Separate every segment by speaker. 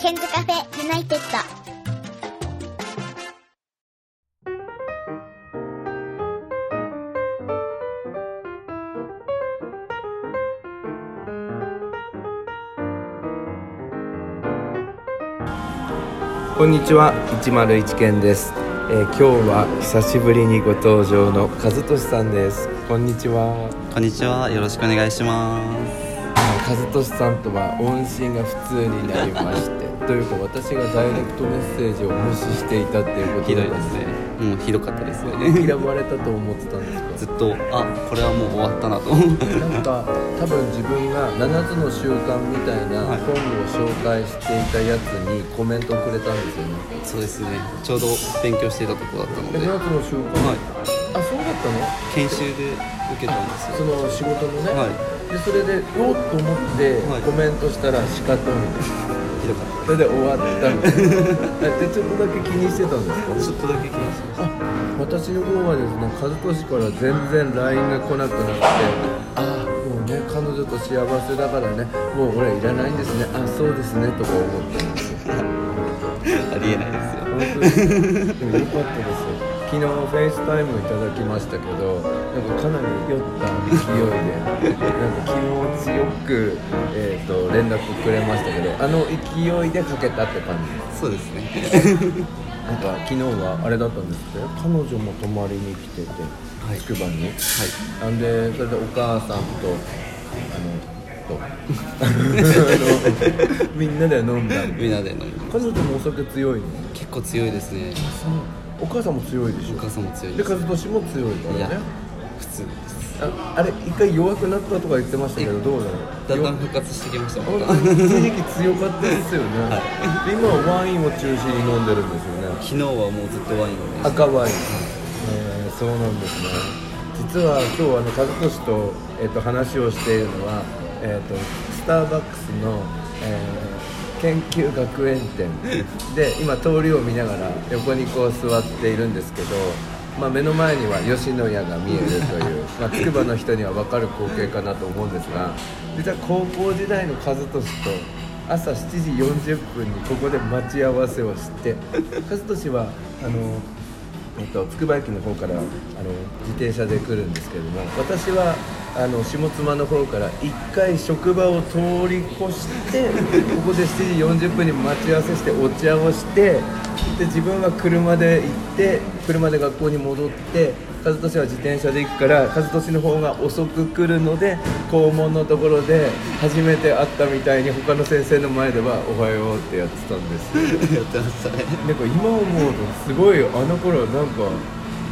Speaker 1: ケンズカフェユナイテッド。
Speaker 2: こんにちは101健です、えー今日は久しぶりにご登場の和俊さんですこんにちは
Speaker 3: こんにちは、よろしくお願いします。
Speaker 2: あー和俊さんとは音信が普通になりまして というか私がダイレクトメッセージを無視していたっていうこと
Speaker 3: ひど
Speaker 2: ないん
Speaker 3: ですね。もうひどかったです
Speaker 2: ね
Speaker 3: ね。
Speaker 2: 嫌われたと思ってたんですか
Speaker 3: ずっと、あ、これはもう終わったなと。は
Speaker 2: なんか多分自分が7つの習慣みたいな
Speaker 3: はい
Speaker 2: 本を紹介していたやつにコメントをくれたんですよね
Speaker 3: い そうですね。ちょうど勉強していたところだったの
Speaker 2: え
Speaker 3: で。
Speaker 2: 7
Speaker 3: は
Speaker 2: つの習慣、
Speaker 3: い。
Speaker 2: あそうだった
Speaker 3: 研修で受けたんです
Speaker 2: のそ
Speaker 3: よ。
Speaker 2: の仕事のね、
Speaker 3: は
Speaker 2: でそれでおっと思って
Speaker 3: はい。
Speaker 2: コメントしたら仕方みたいない
Speaker 3: ひどかっ
Speaker 2: それで終わったみたいな でちょっとだけ気にしてたんですか
Speaker 3: た。ちょっとだけ気にしました。
Speaker 2: 私の方はですね和俊から全然 LINE が来なくなってああもうね彼女と幸せだからねもう俺いらないんですねあそうですねとか思ってるんですよ
Speaker 3: ありえないです
Speaker 2: 本
Speaker 3: よ。
Speaker 2: 当にでも良かったですよ昨日フェイスタイムいただきましたけどなんかかなり酔った勢いでなんか気持ちよく、えー、と連絡くれましたけどあの勢いでかけたって感じ
Speaker 3: そうです ね。
Speaker 2: なんか昨日はあれだったんですけど彼女も泊まりに来てて、
Speaker 3: はい
Speaker 2: つくばに
Speaker 3: はい。
Speaker 2: なんでそれでお母さんと あのとあのみんなで飲んだんで
Speaker 3: みんなで飲みに。
Speaker 2: 彼女もお酒強いの
Speaker 3: 結構強いですね。
Speaker 2: お母さんも強いでし
Speaker 3: お
Speaker 2: ょ
Speaker 3: 母さんも強い
Speaker 2: で
Speaker 3: で
Speaker 2: 和
Speaker 3: す。
Speaker 2: 俊も強いか
Speaker 3: いや
Speaker 2: らね、
Speaker 3: 普通です。
Speaker 2: ああれ一回弱くなったとか言ってましたけどどうなの
Speaker 3: だんだん
Speaker 2: よ
Speaker 3: 復活してきました。
Speaker 2: 本
Speaker 3: また
Speaker 2: 当に一時期強かったですよね、で今はワインを中心に飲んでるんですよね
Speaker 3: 昨日はもうずっとワインをね。
Speaker 2: 赤ワイン、えーそうなんですね実は今日あの和俊と,、えー、と話をしているのは、えー、とスターバックスの、えー研究学園店 で今通りを見ながら横にこう座っているんですけど、まあ、目の前には吉野家が見えるという、まあ、筑波の人には分かる光景かなと思うんですが実は高校時代の和俊と朝7時40分にここで待ち合わせをして和俊はあのえっと、つくば駅の方からあの自転車で来るんですけれども私はあの下妻の方から1回職場を通り越してここで7時40分に待ち合わせしてお茶をしてで自分は車で行って車で学校に戻って和俊は自転車で行くから和俊の方が遅く来るので校門のところで初めて会ったみたいに他の先生の前では「おはよう」ってやってたんですよ
Speaker 3: やってましたね。
Speaker 2: なんか今思うとすごいあの頃なんか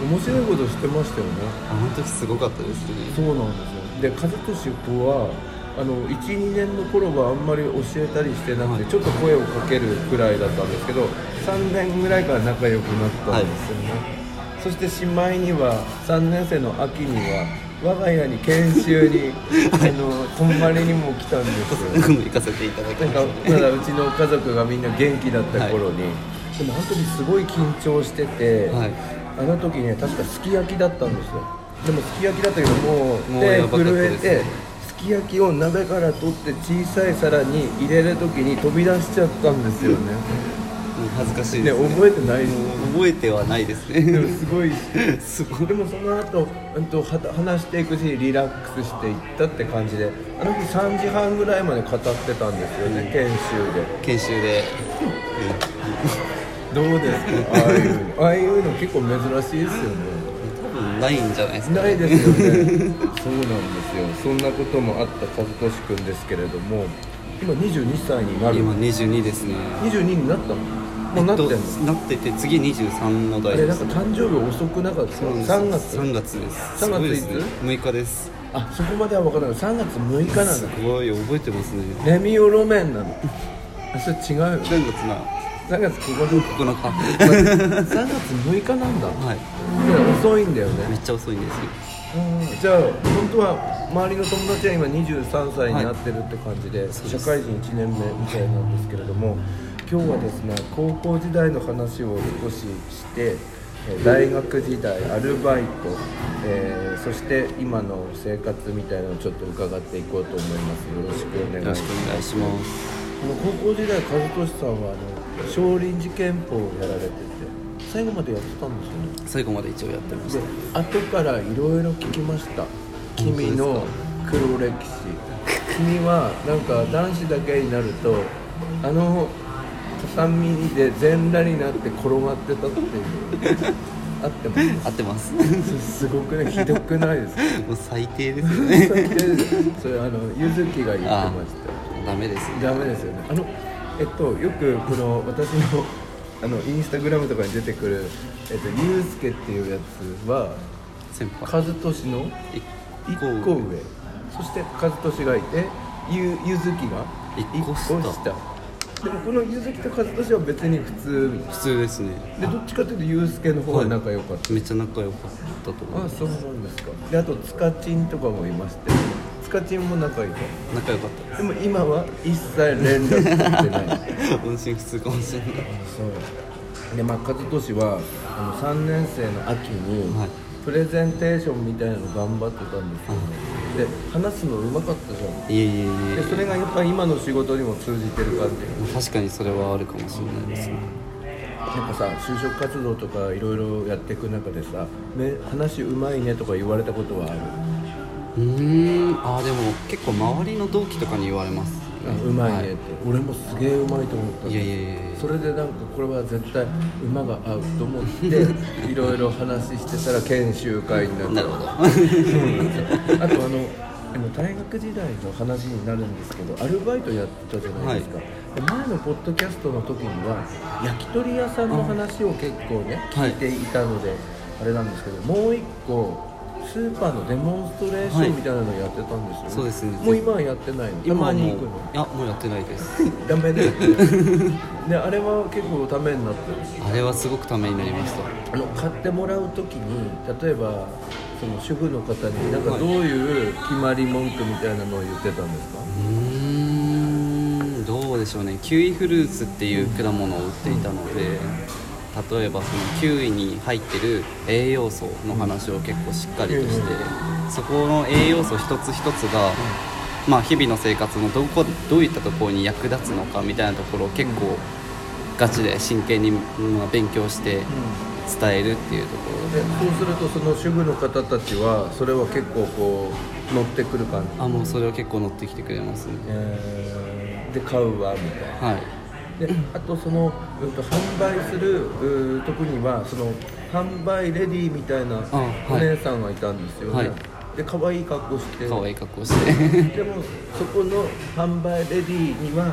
Speaker 2: 面白いことしてましたよね
Speaker 3: あの時すごかったですね。
Speaker 2: そうなんですよで和俊君はあの12年の頃はあんまり教えたりしてなくて、ちょっと声をかけるくらいだったんですけど3年ぐらいから仲良くなったんですよね、そしてしまいには3年生の秋には我が家に研修にあの泊まりにも来たんですよ
Speaker 3: 僕も行かせていただき
Speaker 2: なん
Speaker 3: ま
Speaker 2: か
Speaker 3: した。
Speaker 2: まだうちの家族がみんな元気だった頃に、でもあの時すごい緊張してて、
Speaker 3: はい
Speaker 2: あの時ね確かすき焼きだったんですよでもすき焼きだったけどもう
Speaker 3: もう
Speaker 2: 手
Speaker 3: やばかった
Speaker 2: 震え
Speaker 3: です
Speaker 2: て
Speaker 3: ね
Speaker 2: すき焼きを鍋から取って小さい皿に入れる時に飛び出しちゃったんですよね
Speaker 3: もう恥ずかしい
Speaker 2: ね
Speaker 3: です、ね。
Speaker 2: 覚えてないの
Speaker 3: 覚えてはないです
Speaker 2: でも
Speaker 3: ね。
Speaker 2: すごい
Speaker 3: すごい。
Speaker 2: でもその後、うんとはた話していくしリラックスしていったって感じであの日3時半ぐらいまで語ってたんですよね、研修で
Speaker 3: 研修で。
Speaker 2: どうですかああいうのああいうの結構珍しいですよね
Speaker 3: うん多分ないんじゃないですか。
Speaker 2: ないですよねそうなんですよそんなこともあった和俊君ですけれども今22歳になる
Speaker 3: 今22ですね。
Speaker 2: 22になったのもうなってんの、
Speaker 3: えっとなってて次23の
Speaker 2: あ
Speaker 3: 代
Speaker 2: れ
Speaker 3: で
Speaker 2: なん
Speaker 3: す
Speaker 2: か。誕生日遅くなかった3月
Speaker 3: 3月です。
Speaker 2: 3月
Speaker 3: すごいですね
Speaker 2: いつ。
Speaker 3: 6日です。
Speaker 2: あそこまでは分からない3月6日なん
Speaker 3: す
Speaker 2: だ
Speaker 3: ごい覚えてますね。
Speaker 2: レミオロメンなのあそれ違うよ
Speaker 3: 何月な
Speaker 2: 3月9日
Speaker 3: ?9 日。
Speaker 2: 3月6日なんだ
Speaker 3: はい。
Speaker 2: いや遅いんだよね
Speaker 3: めっちゃ遅いんですよ。
Speaker 2: じゃあ本当は周りの友達は今23歳になってるって感じで、
Speaker 3: そう
Speaker 2: 社
Speaker 3: です
Speaker 2: 会人1年目みたいなんですけれども今日はですね高校時代の話を少ししてえー大学時代アルバイト、えーそして今の生活みたいなのをちょっと伺っていこうと思いますよろしくお願
Speaker 3: よ
Speaker 2: いしま
Speaker 3: ろし
Speaker 2: す
Speaker 3: くお願いします。
Speaker 2: の高校時代和俊さんはあの少林寺拳法をやられてて最後までやってたんですよね
Speaker 3: 最後まで一応やってまし
Speaker 2: で
Speaker 3: た
Speaker 2: 後からいろいろ聞きました君の黒歴史君はなんか男子だけになるとあの畳で全裸になって転がってたっていうあってま
Speaker 3: 合ってます
Speaker 2: すすごくねひどくないですか
Speaker 3: もう最低ですよね
Speaker 2: それあのゆずきが言ってました
Speaker 3: ダメですね
Speaker 2: ダメですよねあのえっとよくこの私のあのインスタグラムとかに出てくる、えっと、ゆうすけっていうやつは
Speaker 3: 先
Speaker 2: 和
Speaker 3: 輩
Speaker 2: 俊の
Speaker 3: 一
Speaker 2: 1個上そして和俊がいてゆゆずきが
Speaker 3: 一個下
Speaker 2: 一でもこのゆずきと和俊は別に普通みたい
Speaker 3: 普通ですね
Speaker 2: でどっちかというとゆうすけの方が仲良かった、
Speaker 3: めっちゃ仲良かったと思い
Speaker 2: あ
Speaker 3: ます
Speaker 2: そうなんですかであとつかちんとかもいましてつかちんも仲いいと
Speaker 3: 仲良かった
Speaker 2: でも今は一切連絡取ってない
Speaker 3: 音信不通かもしれない
Speaker 2: そうでまあ和俊はあの3年生の秋に、
Speaker 3: はい
Speaker 2: プレゼンテーションみたいなの頑張ってたんですよ、ね、で話すのうまかったじゃ
Speaker 3: いえいえい
Speaker 2: んでそれがやっぱり今の仕事にも通じてる感じ
Speaker 3: え確かにそれはあるかもしれないですね
Speaker 2: なんかさ就職活動とかいろいろやっていく中でさ「ね、話うまいね」とか言われたことはある
Speaker 3: うーんあーでも結構周りの同期とかに言われます
Speaker 2: あうまいねって、
Speaker 3: は
Speaker 2: 俺もすげえうまいと思ったん
Speaker 3: い
Speaker 2: だ
Speaker 3: やいやいやいや
Speaker 2: それでなんかこれは絶対馬が合うと思 っていろいろ話してたら研修会になった
Speaker 3: なる ほど
Speaker 2: あとあのあの大学時代の話になるんですけどアルバイトやってたじゃないですか、
Speaker 3: はい
Speaker 2: で前のポッドキャストの時には焼き鳥屋さんの話を結構ね
Speaker 3: は
Speaker 2: 聞
Speaker 3: い
Speaker 2: いていたので、あれなんですけどもう一個スーパーのデモンストレーションみたいなのやってたんですよね、
Speaker 3: そうですね
Speaker 2: もう今はやってないのた
Speaker 3: 今
Speaker 2: ま
Speaker 3: は
Speaker 2: に
Speaker 3: も
Speaker 2: 行
Speaker 3: う
Speaker 2: くの
Speaker 3: いやもうやってないです
Speaker 2: ダメだよねであれは結構ためになってる
Speaker 3: あれはすごくためになりました
Speaker 2: あの買ってもらう時に例えばその主婦の方になんかどういう決まり文句みたいなのを言ってたんですか、
Speaker 3: うーんどうでしょうねキウイフルーツっていう果物を売っていたので例えばそのキウイに入ってる栄養素の話を結構しっかりとしてそこの栄養素一つ一つがまあ日々の生活のどこどういったところに役立つのかみたいなところを結構ガチで真剣にまあ勉強して伝えるっていうところ
Speaker 2: でそうするとその主婦の方たちはそれは結構こう乗ってくる感じ、
Speaker 3: あもうそれは結構乗ってきてくれますね
Speaker 2: えーで買うわみたいな
Speaker 3: はい
Speaker 2: であとその、うん、と販売するうーとこにはその販売レディーみたいな
Speaker 3: はい
Speaker 2: お姉さんがいたんですよね、
Speaker 3: はい
Speaker 2: で可愛い格好して
Speaker 3: 可愛い格好して
Speaker 2: でもそこの販売レディーには、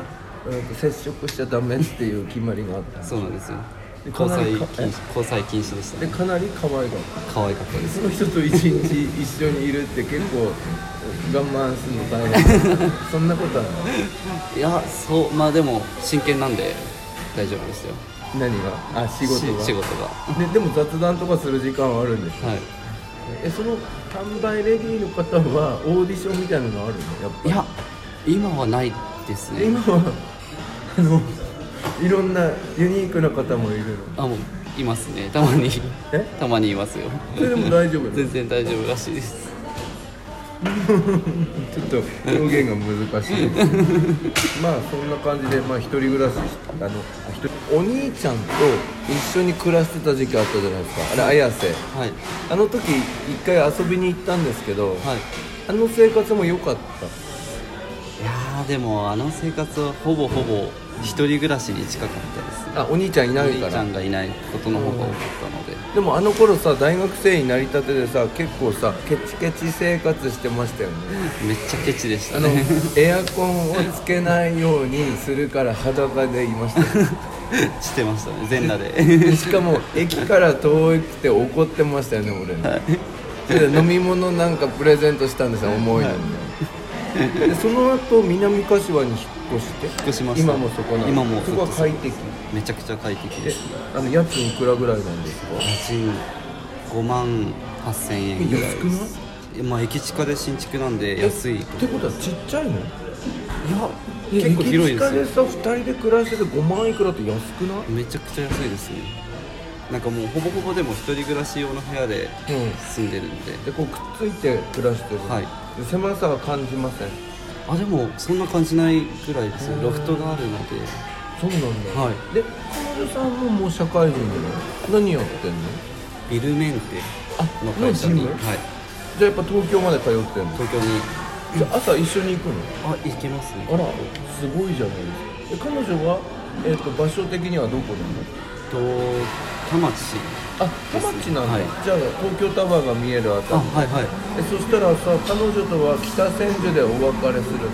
Speaker 2: うんと接触しちゃダメっていう決まりがあった
Speaker 3: そうなんですよ
Speaker 2: で
Speaker 3: 交際禁
Speaker 2: かなり
Speaker 3: 止交際禁止でした
Speaker 2: で
Speaker 3: ね
Speaker 2: かなり可愛かっ
Speaker 3: 可愛かったで
Speaker 2: た
Speaker 3: す
Speaker 2: その人と一日一緒にいるって結構我慢するの大変そんなことはない
Speaker 3: いやそうまあでも真剣なんで大丈夫ですよ
Speaker 2: 何があ仕事が
Speaker 3: し仕事
Speaker 2: で
Speaker 3: が
Speaker 2: でも雑談とかする時間はあるんです
Speaker 3: は
Speaker 2: えその販売レディーの方はオーディションみたいなのあるのやっぱ
Speaker 3: い
Speaker 2: り
Speaker 3: いや今はないですね
Speaker 2: 今はあのいろんなユニークな方もいるの
Speaker 3: あもういますねたまに
Speaker 2: え
Speaker 3: たまにいますよ
Speaker 2: それでも大丈夫なの
Speaker 3: 全然大丈夫らしいです
Speaker 2: ちょっと表現が難しいまあそんな感じで、まあ、一人暮らしあのあ一人お兄ちゃんと一緒に暮らしてた時期あったじゃないですかあれ綾瀬
Speaker 3: はい
Speaker 2: あの時一回遊びに行ったんですけど、
Speaker 3: はい
Speaker 2: あの生活も良かった
Speaker 3: いやーでもあの生活はほぼほぼ一人暮らしに近かったですね
Speaker 2: あお兄ちゃんいない
Speaker 3: お
Speaker 2: か
Speaker 3: 兄ちゃ
Speaker 2: ら
Speaker 3: んがいないことの方が多かったので
Speaker 2: でもあの頃さ大学生になりたてでさ結構さケチケチ生活してましたよね
Speaker 3: めっちゃケチでし
Speaker 2: あ
Speaker 3: た
Speaker 2: の
Speaker 3: ね
Speaker 2: エアコンをつけないようにするから裸でいました
Speaker 3: してましたね全裸で
Speaker 2: でしかも駅から遠くて怒ってましたよね俺ねそれで飲み物なんかプレゼントしたんですよ重いのに、でその後南柏に引っ越して
Speaker 3: 引っ越しました
Speaker 2: 今もそこなん
Speaker 3: 今も
Speaker 2: そこは
Speaker 3: ずっと
Speaker 2: 快
Speaker 3: そこ
Speaker 2: 適
Speaker 3: めちゃくちゃ快適で
Speaker 2: え
Speaker 3: す
Speaker 2: あの家賃いくらぐらいなんですか
Speaker 3: 家賃5万8000円ぐらい
Speaker 2: 安
Speaker 3: で
Speaker 2: くない
Speaker 3: すえまあ駅近で新築なんで安い
Speaker 2: って
Speaker 3: と
Speaker 2: ことはちっちゃいの
Speaker 3: いや結構広いです
Speaker 2: 駅近で
Speaker 3: よ
Speaker 2: さ2人で暮らしてて5万いくらって安くない
Speaker 3: めちゃくちゃ安いですねなんかもうほぼほぼでも一人暮らし用の部屋で
Speaker 2: うん
Speaker 3: 住んでるんで
Speaker 2: でこうくっついて暮らしてる、
Speaker 3: はい
Speaker 2: で狭さは感じません
Speaker 3: あでもそんな感じないぐらいですねロフトがあるので
Speaker 2: そうなんだ、
Speaker 3: は
Speaker 2: で彼女さんももう社会人じゃない何やってんの
Speaker 3: ビルメンテ
Speaker 2: あも
Speaker 3: の
Speaker 2: う
Speaker 3: 会社
Speaker 2: ジム
Speaker 3: に、
Speaker 2: じ
Speaker 3: は
Speaker 2: ゃ、
Speaker 3: い
Speaker 2: あやっぱ東京まで通ってんの
Speaker 3: 東京に
Speaker 2: じゃあ朝一緒に行くの
Speaker 3: あ行けますね
Speaker 2: あらすごいじゃないですかえ彼女は、えっと場所的にはどこなの
Speaker 3: と田町
Speaker 2: あ田町なんだ、
Speaker 3: はい
Speaker 2: じゃあ東京タワーが見えるあ
Speaker 3: あ
Speaker 2: たり
Speaker 3: はいはい
Speaker 2: えそしたらさ彼女とは北千住でお別れする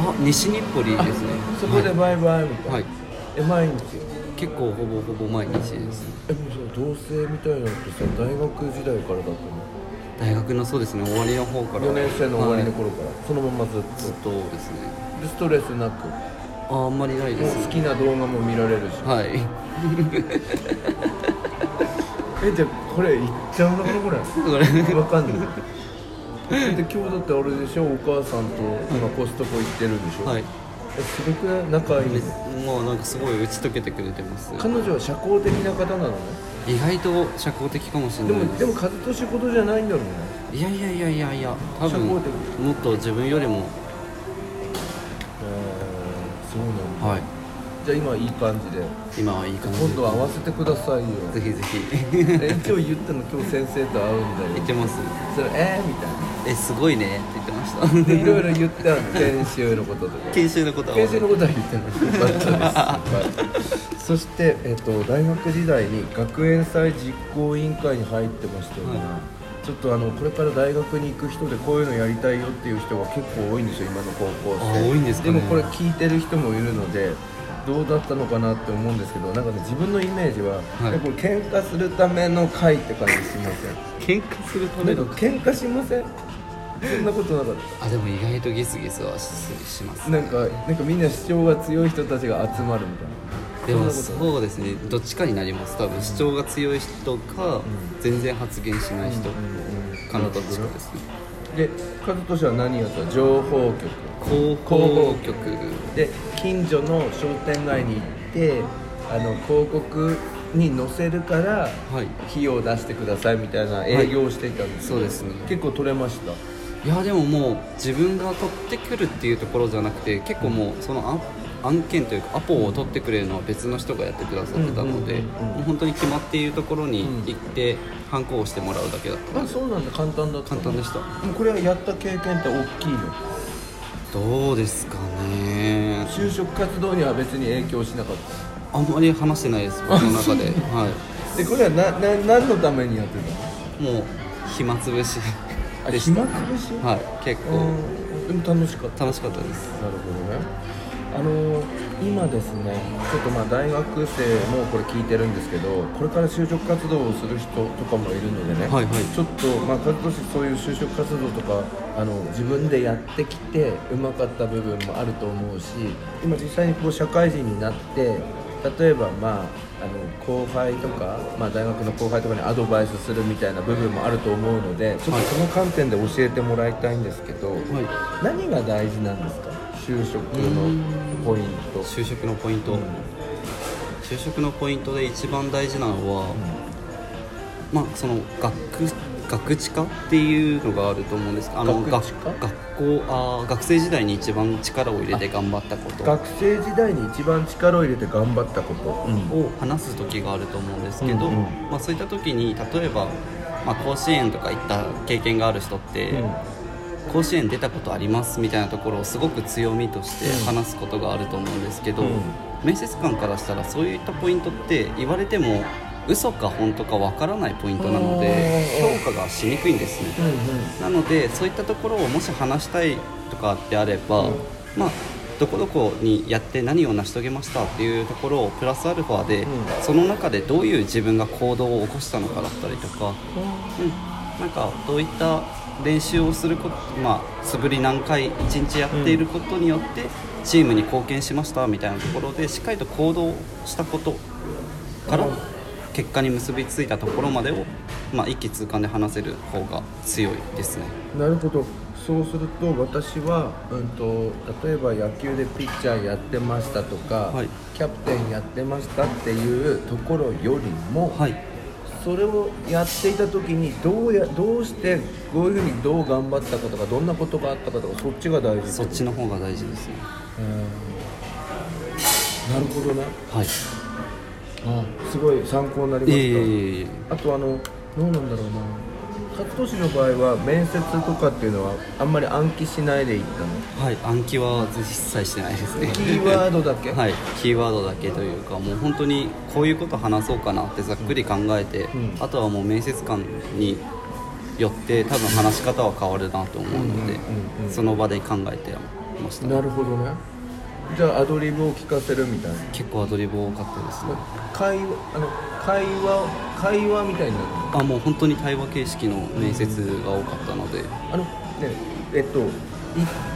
Speaker 3: あ西日暮里ですね
Speaker 2: そこで
Speaker 3: はい
Speaker 2: バイバイみたいな、
Speaker 3: はい
Speaker 2: え毎日
Speaker 3: 結構ほぼほぼ毎日ですね
Speaker 2: えもうさ同性みたいなのってさ大学時代からだったの
Speaker 3: 大学のそうですね終わりの方から
Speaker 2: 4年生の終わりの
Speaker 3: はい
Speaker 2: 頃から、そのままずっと
Speaker 3: ずっとですね
Speaker 2: でストレスなく
Speaker 3: ああんまりないで
Speaker 2: もう
Speaker 3: すね
Speaker 2: 好きな動画も見られるし
Speaker 3: はい
Speaker 2: えじゃあこれいっちゃうのかなこれ
Speaker 3: これ
Speaker 2: わかんないで今日だってあれでしょお母さんと今コストコ行ってるんでしょ、
Speaker 3: はい
Speaker 2: えすごくない仲いい
Speaker 3: もうなんかすごい打ち解けてくれてます
Speaker 2: 彼女は社交的な方なのね
Speaker 3: 意外と社交的かもしれ
Speaker 2: で
Speaker 3: ない
Speaker 2: も
Speaker 3: です
Speaker 2: でも風と仕事じゃないんだろうね
Speaker 3: いやいやいやいやいや多分
Speaker 2: 社交的
Speaker 3: もっと自分よりも
Speaker 2: そうなんだ
Speaker 3: はい
Speaker 2: じゃあ今いい感じで
Speaker 3: 今はいい感じ
Speaker 2: 今度は合わせてくださいよ
Speaker 3: ぜひぜひ
Speaker 2: え一応言ったの今日先生と会うんだ
Speaker 3: 言
Speaker 2: よ
Speaker 3: ってます
Speaker 2: それえー、みたいな
Speaker 3: えすごいねって言ってました
Speaker 2: でいろいろ言ってある研修のこととか
Speaker 3: 研修のことは
Speaker 2: 研修のことは言ってないよかったですはいそして、えっと大学時代に学園祭実行委員会に入ってましたよね、
Speaker 3: は
Speaker 2: ちょっとあのこれから大学に行く人でこういうのやりたいよっていう人が結構多いんですよ今の高校生
Speaker 3: あ多いんですかね
Speaker 2: でもこれ聞いてる人もいるのでどうだったのかなって思うんですけどなんかね自分のイメージは、
Speaker 3: はい
Speaker 2: やっぱこれ喧嘩するための会って感じしませ
Speaker 3: 喧嘩するた
Speaker 2: んな
Speaker 3: め
Speaker 2: んか
Speaker 3: の
Speaker 2: 喧嘩しませんそんなことなかった
Speaker 3: あでも意外とギスギスはしします
Speaker 2: なんかなんかみんな主張が強い人たちが集まるみたいな
Speaker 3: でも
Speaker 2: そんなこ
Speaker 3: そうですねどっちかになります多分主張が強い人か、全然発言しない人、かなどっちかですね
Speaker 2: とでカズとしては何やった情報局
Speaker 3: 広報局
Speaker 2: で近所の商店街に行ってあの広告に載せるから
Speaker 3: はい
Speaker 2: 費用を出してくださいみたいな営業をしていたんですよ、
Speaker 3: そうですね
Speaker 2: 結構取れました
Speaker 3: いやでももう自分が取ってくるっていうところじゃなくて結構もうその案案件というかアポを取ってくれるのは別の人がやってくださって
Speaker 2: う
Speaker 3: たので、
Speaker 2: んうんうんうん
Speaker 3: もう本当に決まっているところに
Speaker 2: うん
Speaker 3: 行って、ハンコをしてもらうだけだった
Speaker 2: あそうなんだ簡単だった
Speaker 3: 簡単でした
Speaker 2: でもこれはやった経験って大きいの
Speaker 3: どうですかね
Speaker 2: 就職活動には別に影響しなかっ
Speaker 3: あんまり話してないです僕の中ではい
Speaker 2: たでこれはなな何のためにやってたの
Speaker 3: もう暇つぶし
Speaker 2: あ
Speaker 3: でした
Speaker 2: 暇つぶし
Speaker 3: はい結構
Speaker 2: でも楽しかった
Speaker 3: 楽しかったです
Speaker 2: なるほどねあのー今ですねちょっとまあ大学生もこれ聞いてるんですけどこれから就職活動をする人とかもいるのでね、
Speaker 3: はいはい
Speaker 2: ちょっとまあ今年そういう就職活動とかあの自分でやってきてうまかった部分もあると思うし今実際にこう社会人になって例えばまああの後輩とか、まあ、大学の後輩とかにアドバイスするみたいな部分もあると思うのでちょっとその観点で教えてもらいたいんですけど、何が大事なんですか就職のポイント
Speaker 3: 就職のポイント、
Speaker 2: うん
Speaker 3: 就職のポイントで一番大事なのは、まあその学学知化っていうのがあると思うんですあの
Speaker 2: 学知化
Speaker 3: 学学校あー学生時代に一番力を入れて頑張ったこと
Speaker 2: 学生時代に一番力を入れて頑張ったこと、
Speaker 3: を話す時があると思うんですけど、
Speaker 2: うんうん
Speaker 3: まあ、そういった時に例えば、まあ、甲子園とか行った経験がある人って、
Speaker 2: うん
Speaker 3: 甲子園出たことありますみたいなところをすごく強みとして
Speaker 2: うん
Speaker 3: 話すことがあると思うんですけど、
Speaker 2: うん
Speaker 3: 面接官からしたらそういったポイントって言われても嘘か本当かわからないポイントなので
Speaker 2: うん
Speaker 3: 評価がしにくいんですね。
Speaker 2: うんうん
Speaker 3: なのでそういったところをもし話したいとかであれば、
Speaker 2: うん
Speaker 3: まあどこどこにやって何を成し遂げましたっていうところをプラスアルファで、
Speaker 2: うん
Speaker 3: その中でどういう自分が行動を起こしたのかだったりとか、うん、なんかどういった練習をすることまあ素振り何回一日やっていることによってチームに貢献しましたみたいなところでしっかりと行動したことから結果に結びついたところまでを、まあ、一気通貫で話せる方が強いですね。
Speaker 2: なるほどそうすると私は、うん、と例えば野球でピッチャーやってましたとか、
Speaker 3: はい
Speaker 2: キャプテンやってましたっていうところよりも、
Speaker 3: はい、
Speaker 2: それをやっていた時にどうやどうしてこういうふうにどう頑張ったかとかどんなことがあったかとかそっちが大事
Speaker 3: そっちの方が大事ですね
Speaker 2: うんなるほどね
Speaker 3: はい
Speaker 2: あすごい参考になりま
Speaker 3: い
Speaker 2: し
Speaker 3: え
Speaker 2: た
Speaker 3: いえいえいえ
Speaker 2: あとあのどうなんだろうな勝利市の場合は面接とかっていうのはあんまり暗記しないでいったの
Speaker 3: はい暗記は実際してないですね
Speaker 2: キーワードだけ
Speaker 3: はい、キーワードだけというかもう本当にこういうこと話そうかなってざっくり考えて、
Speaker 2: うん
Speaker 3: あとはもう面接官によって多分話し方は変わるなと思うの
Speaker 2: うんう
Speaker 3: で、
Speaker 2: んうんうん
Speaker 3: その場で考えてました
Speaker 2: なるほどねじゃあアドリブを聞かせるみたいな
Speaker 3: 結構アドリブ多かったですね
Speaker 2: 会話あの会話会話みたいになるの
Speaker 3: あもう本当に対話形式の面接が多かったので、
Speaker 2: あのねえっとい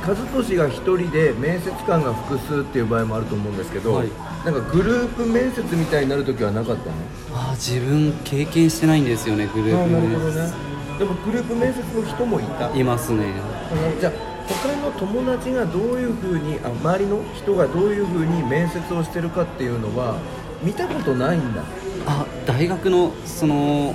Speaker 2: 和俊が1人で面接官が複数っていう場合もあると思うんですけど、
Speaker 3: はい
Speaker 2: なんかグループ面接みたいになる時はなかったの
Speaker 3: あ自分経験してないんですよねグルー
Speaker 2: あ
Speaker 3: プ
Speaker 2: なる
Speaker 3: 面
Speaker 2: ほど
Speaker 3: 接
Speaker 2: ねでもグループ面接の人もいた
Speaker 3: いますね
Speaker 2: じゃあ他の友達がどういうふうにあ周りの人がどういうふうに面接をしてるかっていうのは見たことないんだ
Speaker 3: あ大学のその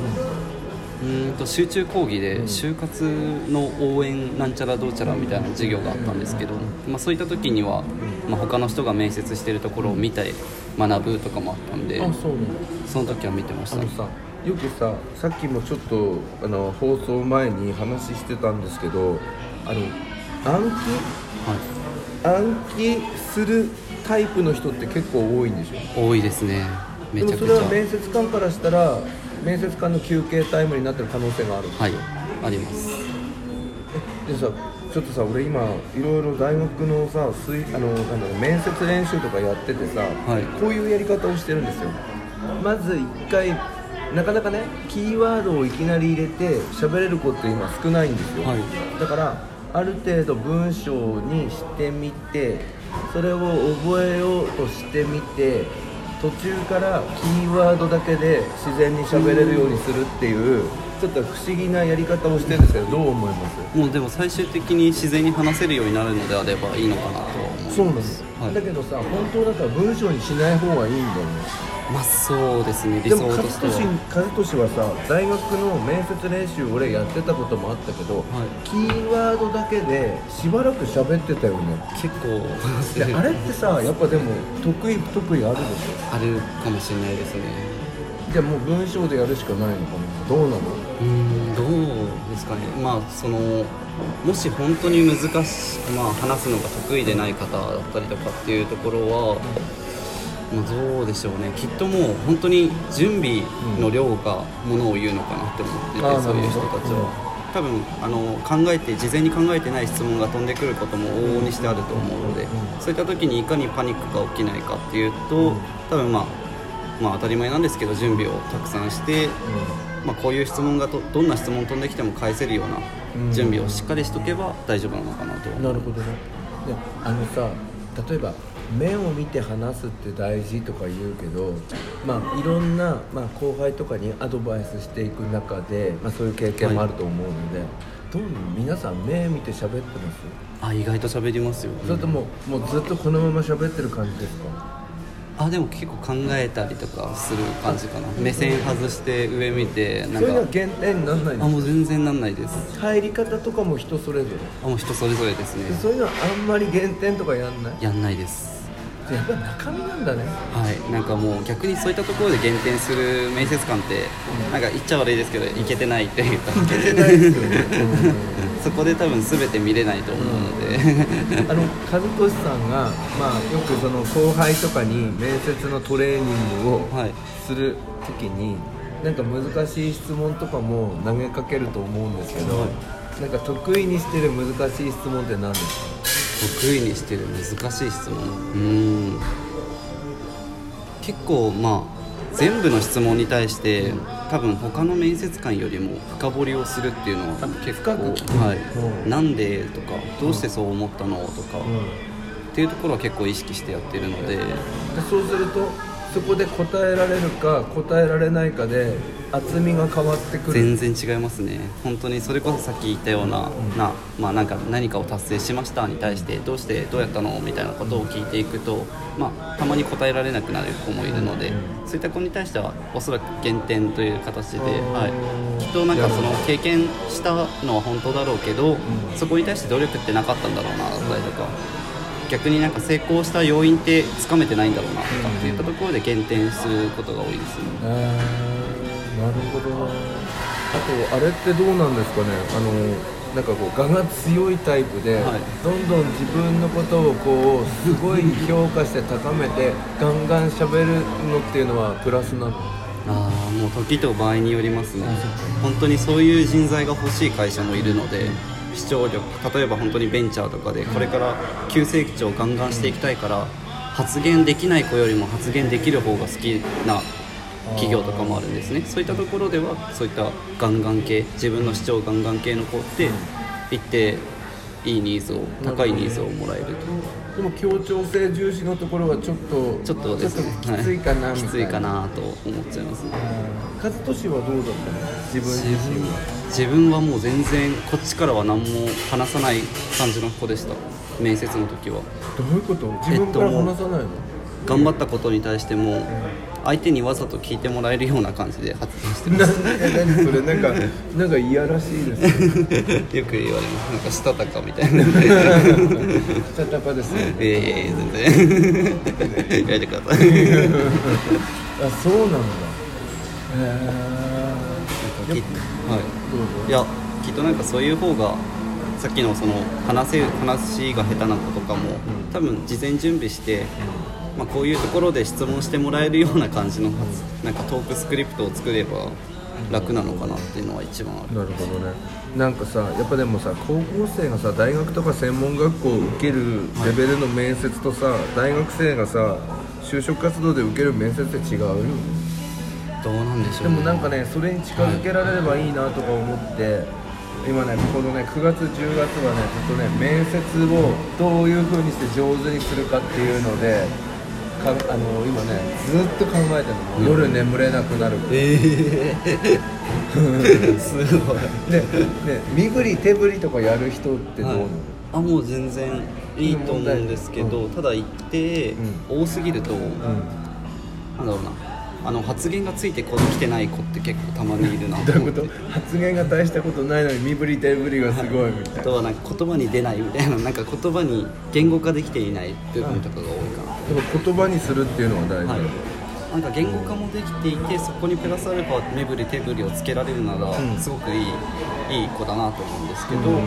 Speaker 3: うーんと集中講義で
Speaker 2: うん
Speaker 3: 就活の応援なんちゃらどうちゃらみたいな授業があったんですけど、まあ、そういった時には、まあ、他の人が面接してるところを見て学ぶとかもあったんで
Speaker 2: そうなんだ
Speaker 3: その時は見てまし
Speaker 2: あ
Speaker 3: た
Speaker 2: のさよくささっきもちょっとあの放送前に話してたんですけどあの暗
Speaker 3: は
Speaker 2: 記暗記するタイプの人って結構多いんでしょ
Speaker 3: い、多いですねめちゃくち
Speaker 2: で
Speaker 3: ゃ
Speaker 2: もそれは面接官からしたら面接官の休憩タイムになってる可能性がある
Speaker 3: はいあります
Speaker 2: でさちょっとさ俺今いろいろ大学のさ水あのなんだろう面接練習とかやっててさ、
Speaker 3: い
Speaker 2: こういうやり方をしてるんですよまず一回なかなかねキーワードをいきなり入れて喋れる子って今少ないんですよ、
Speaker 3: はい
Speaker 2: だからある程度文章にしてみてそれを覚えようとしてみて途中からキーワードだけで自然に喋れるようにするっていうちょっと不思議なやり方をしてるんですけどどう思います
Speaker 3: もうでも最終的に自然に話せるようになるのであればいいのかなとは思
Speaker 2: そうなんです、
Speaker 3: はい
Speaker 2: だけどさ本当だから文章にしない方がいいんだよね
Speaker 3: うまあそうですね
Speaker 2: で
Speaker 3: 理想
Speaker 2: も和
Speaker 3: と
Speaker 2: 俊
Speaker 3: しては
Speaker 2: 和俊はさ大学の面接練習俺やってたこともあったけど、キーワードだけでしばらく喋ってたよね
Speaker 3: 結構話
Speaker 2: い
Speaker 3: せ
Speaker 2: や
Speaker 3: る
Speaker 2: あれってさやっぱでも得意不得意あるでし
Speaker 3: あるかもしれないですね
Speaker 2: ょじゃあもう文章でやるしかないのかなどうなの
Speaker 3: うーんどうですかねまあそのもし本当に難しい、まあ、話すのが得意でない方だったりとかっていうところは、まあ、どうでしょうねきっともう本当に準備の量がものを言うのかなって思ってて、
Speaker 2: うんあー
Speaker 3: そういう
Speaker 2: なる
Speaker 3: 人
Speaker 2: ほど
Speaker 3: たちは。多分あの考えて事前に考えてない質問が飛んでくることも往々にしてあると思うので、
Speaker 2: うん
Speaker 3: そういった時にいかにパニックが起きないかっていうと多分、まあ、まあ当たり前なんですけど準備をたくさんしてまあ、こういう質問がとどんな質問飛んできても返せるよう
Speaker 2: うん
Speaker 3: な準備をしっかりしとけば大丈夫なのかなと、
Speaker 2: なるほどねであのさ例えば目を見て話すって大事とか言うけど、まあ、いろんな、まあ、後輩とかにアドバイスしていく中で、まあ、そういう経験もあると思うので、どう皆さん目見て喋ってます、
Speaker 3: あ意外と喋りますよ
Speaker 2: それとももうずっとこのまま喋ってる感じですか
Speaker 3: あでも結構考えたりとかする感じかな目線外して上見てな
Speaker 2: それが
Speaker 3: んか
Speaker 2: 減点にならないん
Speaker 3: あ
Speaker 2: です
Speaker 3: もう全然なんないです
Speaker 2: 入り方とかも人それぞ
Speaker 3: あもう人それぞれですね
Speaker 2: れそういうのはあんまり減点とかやんない
Speaker 3: やんないです
Speaker 2: やっぱ中身なんだ ね
Speaker 3: はいなんかもう逆にそういったところで減点する面接官ってなんか言っちゃ悪いですけどいけてないってい うか
Speaker 2: ないですよね
Speaker 3: そこで多分全て見れないと思うので、
Speaker 2: あの和俊さんが、まあ、よくその後輩とかに面接のトレーニングを
Speaker 3: はい
Speaker 2: する時に、なんか難しい質問とかも投げかけると思うんですけど、
Speaker 3: は
Speaker 2: なんか得意にしてる難しい質問って何ですか
Speaker 3: 得意にしてる難しい質問うーん結構まあ全部の質問に対して多分他の面接官よりも深掘りをするっていうのは結
Speaker 2: 深
Speaker 3: 構
Speaker 2: く聞く
Speaker 3: は
Speaker 2: う
Speaker 3: い、
Speaker 2: ん
Speaker 3: なんでとかどうしてそう思ったのとか、
Speaker 2: うん
Speaker 3: っていうところは結で結構意識してやってるので
Speaker 2: でそうするとそこで答えられるか答えられないかで厚みが変わってくる
Speaker 3: 全然違いますね本当にそれこそさっき言ったような,、なまあ、なんか何かを達成しましたに対してどうしてどうやったのみたいなことを聞いていくと、まあ、たまに答えられなくなる子もいるので、そういった子に対してはおそらく減点という形で、
Speaker 2: あー
Speaker 3: はい、きっとなんかその経験したのは本当だろうけど、そこに対して努力ってなかったんだろうなだったりとか。逆になんか成功した要因ってつかめてないんだろうなとかっていったところで減点することが多いですね。
Speaker 2: あーなるほどなあとあれってどうなんですかねあのなんかこう我が強いタイプで、
Speaker 3: はい
Speaker 2: どんどん自分のことをこうすごい評価して高めてガンガン喋るのっていうのはプラスなの
Speaker 3: ああもう時と場合によりますね本当にそういう人材が欲しい会社もいるので視聴力例えば本当にベンチャーとかでこれから急成長をガンガンしていきたいから発言できない子よりも発言できる方が好きな企業とかもあるんですねそういったところではそういったガンガン系自分の主張ガンガン系の子って行っていいニーズを高いニーズをもらえると
Speaker 2: でも協調性重視のところはちょっと
Speaker 3: ちょっとですね
Speaker 2: ちょっときついかな
Speaker 3: は
Speaker 2: みたいな、
Speaker 3: きついかなと思っちゃいますね
Speaker 2: 和俊はどうだったの自分自身は
Speaker 3: 自分はもう全然こっちからは何も話さない感じの子でした面接の時は
Speaker 2: どういうこと自分から話さないの、
Speaker 3: 頑張ったことに対しても相手にわざと聞いてもらえるような感じで発言してまし
Speaker 2: え何それなんかなんかいやらしいですね
Speaker 3: たよく言われますなんかしたたかみたいない
Speaker 2: したたかですね
Speaker 3: やいやいや全然 やめてく ださい
Speaker 2: あそうなんだへえよくどう
Speaker 3: きはい
Speaker 2: ぞ
Speaker 3: いやきっとなんかそういう方がさっきのその話せ話が下手な子とかも多分事前準備して、まあ、こういうところで質問してもらえるような感じのなんかトークスクリプトを作れば楽なのかなっていうのは一番ある
Speaker 2: なるほどねなんかさやっぱでもさ高校生がさ大学とか専門学校を受けるレベルの面接とさ、大学生がさ就職活動で受ける面接って違うよね
Speaker 3: どうなんでしょう
Speaker 2: でもなんかねそれに近づけられればいいなとか思って、今ねこのね9月10月はねずっとね面接をどういう風にして上手にするかっていうのでかあの今ねずっと考えてるの、夜眠れなくなる
Speaker 3: ええすごい
Speaker 2: で、ね、身振り手振りとかやる人ってどうなの、
Speaker 3: はいあもう全然いいと思うんですけど、
Speaker 2: う
Speaker 3: ただ一定多すぎると、
Speaker 2: うん
Speaker 3: なんだろうなあの発言がついてこ来てない子って結構たまにいるなと
Speaker 2: どうい
Speaker 3: 思っ
Speaker 2: う
Speaker 3: て
Speaker 2: こと発言が大したことないのに身振り手振りがすごいみた
Speaker 3: あ
Speaker 2: いな、
Speaker 3: とはなんか言葉に出ないみたいななんか言葉に言語化できていない部分とかが多いかな
Speaker 2: でも言葉にするっていうのが大事だ、
Speaker 3: はい、なんか言語化もできていてそこにプラスアルファ目振り手振りをつけられるなら、
Speaker 2: うん
Speaker 3: すごくいいいい子だなと思うんですけど、
Speaker 2: うんうんうん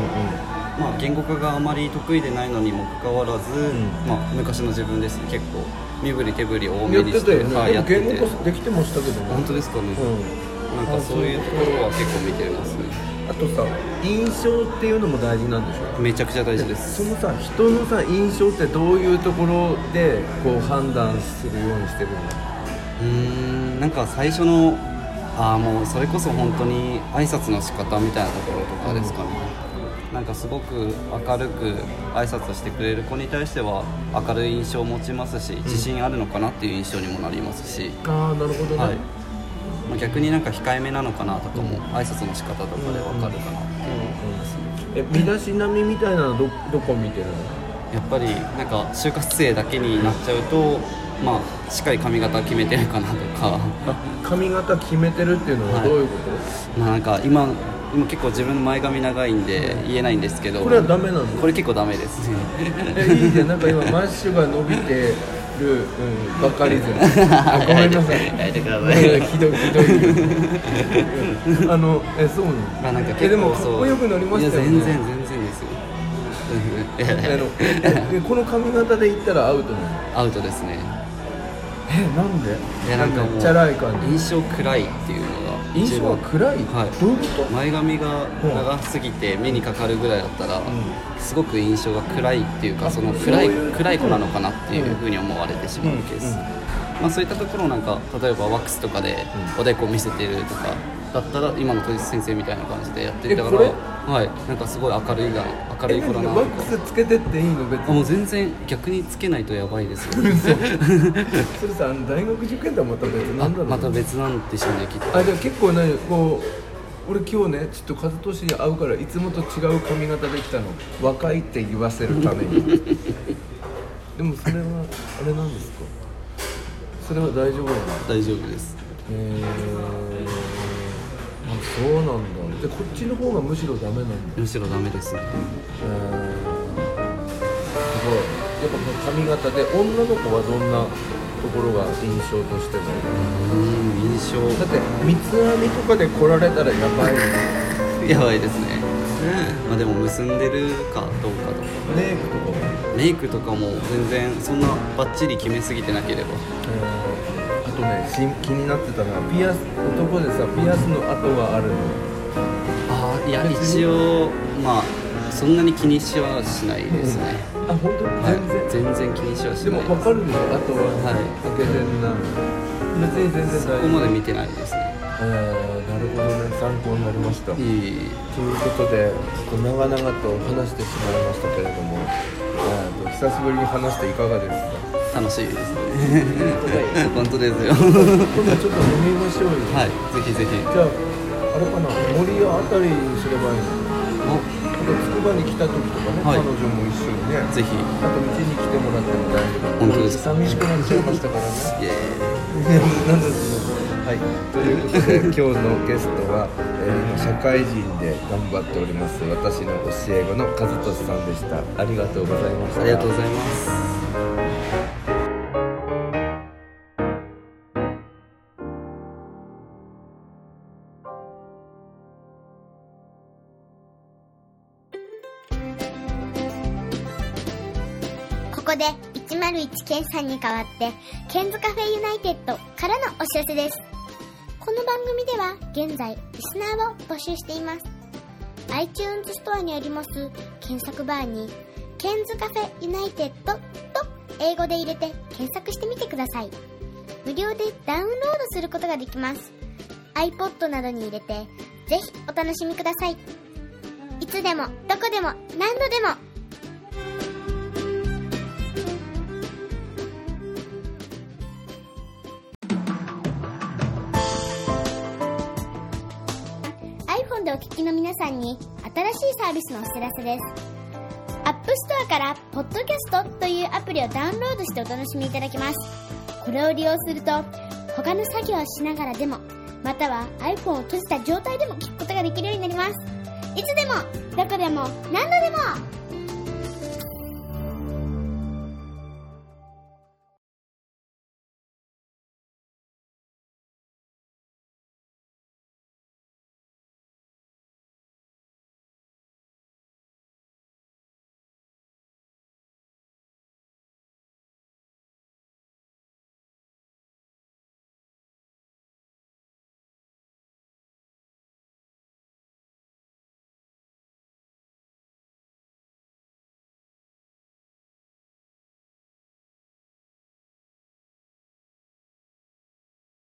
Speaker 3: まあ、言語化があまり得意でないのにもかかわらず、
Speaker 2: ん
Speaker 3: まあ、昔の自分ですね結構身振り手振り多
Speaker 2: や
Speaker 3: め
Speaker 2: っ
Speaker 3: に
Speaker 2: て
Speaker 3: したて
Speaker 2: よね、
Speaker 3: はい、
Speaker 2: で
Speaker 3: や
Speaker 2: も
Speaker 3: って
Speaker 2: 言
Speaker 3: て
Speaker 2: 語化できてましたけどね
Speaker 3: 本当ですかね、
Speaker 2: うん
Speaker 3: なんかそういうところは結構見てますね
Speaker 2: あとさ印象っていうのも大事なんでしょ
Speaker 3: めちゃくちゃ大事です
Speaker 2: そのさ人のさ印象ってどういうところでこう判断するようにしてるの
Speaker 3: うーんなんか最初のああもうそれこそ本当に挨拶の仕方みたいなところとかですかね、なんかすごく明るく挨拶してくれる子に対しては明るい印象を持ちますし自信あるのかなっていう印象にもなりますし、
Speaker 2: ああなるほど
Speaker 3: はいまあ逆になんか控えめなのかなとかも挨拶の仕方とかでわかるかなっていう
Speaker 2: え身だしなみみたいなのどどこ見てるの
Speaker 3: やっぱりなんか就活生だけになっちゃうとまあしっかり髪型決めてるかなとか
Speaker 2: 髪型決めてるっていうのは
Speaker 3: はい
Speaker 2: どういうこと、
Speaker 3: まあなんか今今結構自分前髪長いんで言えないんですけど
Speaker 2: これはダメなの
Speaker 3: これ結構ダメですね
Speaker 2: えいいじゃんなんか今マッシュが伸びてる、うん、バカリ ズムあごめんなさい
Speaker 3: やめてください
Speaker 2: いやいやひどいひどいあのえそうなの
Speaker 3: まあなんか
Speaker 2: えで
Speaker 3: 結
Speaker 2: も
Speaker 3: 構
Speaker 2: かっ
Speaker 3: そう
Speaker 2: こよくなりましたよね
Speaker 3: いや全然全然ですよ
Speaker 2: あのえこの髪型で言ったらアウトなの
Speaker 3: アウトですね
Speaker 2: えなんで
Speaker 3: いやなんかも
Speaker 2: め
Speaker 3: う
Speaker 2: っちゃラい感じ
Speaker 3: 印象暗いっていうのが
Speaker 2: 印象は暗い
Speaker 3: はい
Speaker 2: どういうこと
Speaker 3: 前髪が長すぎて目にかかるぐらいだったら、すごく印象が暗いっていうかその暗い
Speaker 2: そういう
Speaker 3: 暗い子なのかなっていうふうに思われてしまうケース、
Speaker 2: うんうん
Speaker 3: まあ、そういったところなんか例えばワックスとかでおでこ見せてるとかだったら今の戸実先生みたいな感じでやって
Speaker 2: え
Speaker 3: たか
Speaker 2: こ
Speaker 3: ら
Speaker 2: れ
Speaker 3: はいなんかすごい明るいな明る
Speaker 2: え
Speaker 3: い子だ
Speaker 2: 何
Speaker 3: な
Speaker 2: ワックスつけてっていいの別
Speaker 3: あもう
Speaker 2: に
Speaker 3: 全然逆につけないとやばいです よ
Speaker 2: それさあの大学受験とはまた別
Speaker 3: あ
Speaker 2: なんだろう
Speaker 3: また別なんでしょうねきっと
Speaker 2: あじゃあ結構何こう俺今日ねちょっと和俊に会うからいつもと違う髪型できたの若いって言わせるために でもそれはあれなんですかそれは大丈夫なの
Speaker 3: 大丈夫です
Speaker 2: えー、あそうなんだでこっちの方がむしろダメなんだ
Speaker 3: むしろダメですね
Speaker 2: えーすごいやっぱ髪型で女の子はどんなところが印象としても
Speaker 3: うん印
Speaker 2: だって三つ編みとかで来られたらやばいよね
Speaker 3: 象 やばいですねまあでも結んでるかどうかとか
Speaker 2: メイクとかも、
Speaker 3: メイクとかも全然そんなバッチリ決めすぎてなければ
Speaker 2: あとねし気になってたのはピアス男でさピアスの跡があるの
Speaker 3: ああいや
Speaker 2: 別に
Speaker 3: 一応まあそんなに気にしはしないですね、
Speaker 2: あ本当
Speaker 3: はい
Speaker 2: 全然、
Speaker 3: 全然気にしはし
Speaker 2: で
Speaker 3: ない
Speaker 2: も分かるでしょあとは、
Speaker 3: はい
Speaker 2: 開けてんな別に全然
Speaker 3: そ
Speaker 2: 大
Speaker 3: こ
Speaker 2: 丈夫
Speaker 3: まで見てないですね
Speaker 2: えーなるほどね参考になりました
Speaker 3: いい
Speaker 2: ということでちょっと長々と話してしまいましたけれども、えーと久しぶりに話していかがですか
Speaker 3: 楽しいです ね本当です よ
Speaker 2: 今度ちょっと飲みましょうよ、
Speaker 3: はいぜひぜひ
Speaker 2: じゃああれかな森屋あたりにすればいいの
Speaker 3: お
Speaker 2: あとつくばに来た時とかね、
Speaker 3: はい
Speaker 2: 彼女も一緒にね
Speaker 3: ぜひ
Speaker 2: あとうちに来てもらっても大丈夫
Speaker 3: 本当ですか
Speaker 2: 寂しくなっちゃいましたからね
Speaker 3: イエーイ
Speaker 2: なんですはい、ということで今日のゲストは、えー社会人で頑張っております私の教え子の和俊さんでしたありがとうございました
Speaker 3: ありがとうございます
Speaker 1: ここで101ケンさんに代わって、ケンズカフェユナイテッドからのお知らせです。この番組では現在、リスナーを募集しています。iTunes ストアにあります検索バーに、ケンズカフェユナイテッドと英語で入れて検索してみてください。無料でダウンロードすることができます。iPod などに入れて、ぜひお楽しみください。いつでも、どこでも、何度でも、iPhone でお聞きの皆さんに新しいサービスのお知らせです App Store から「Podcast」というアプリをダウンロードしてお楽しみいただけますこれを利用すると他の作業をしながらでもまたは iPhone を閉じた状態でも聞くことができるようになりますいつでもどこでも何度でも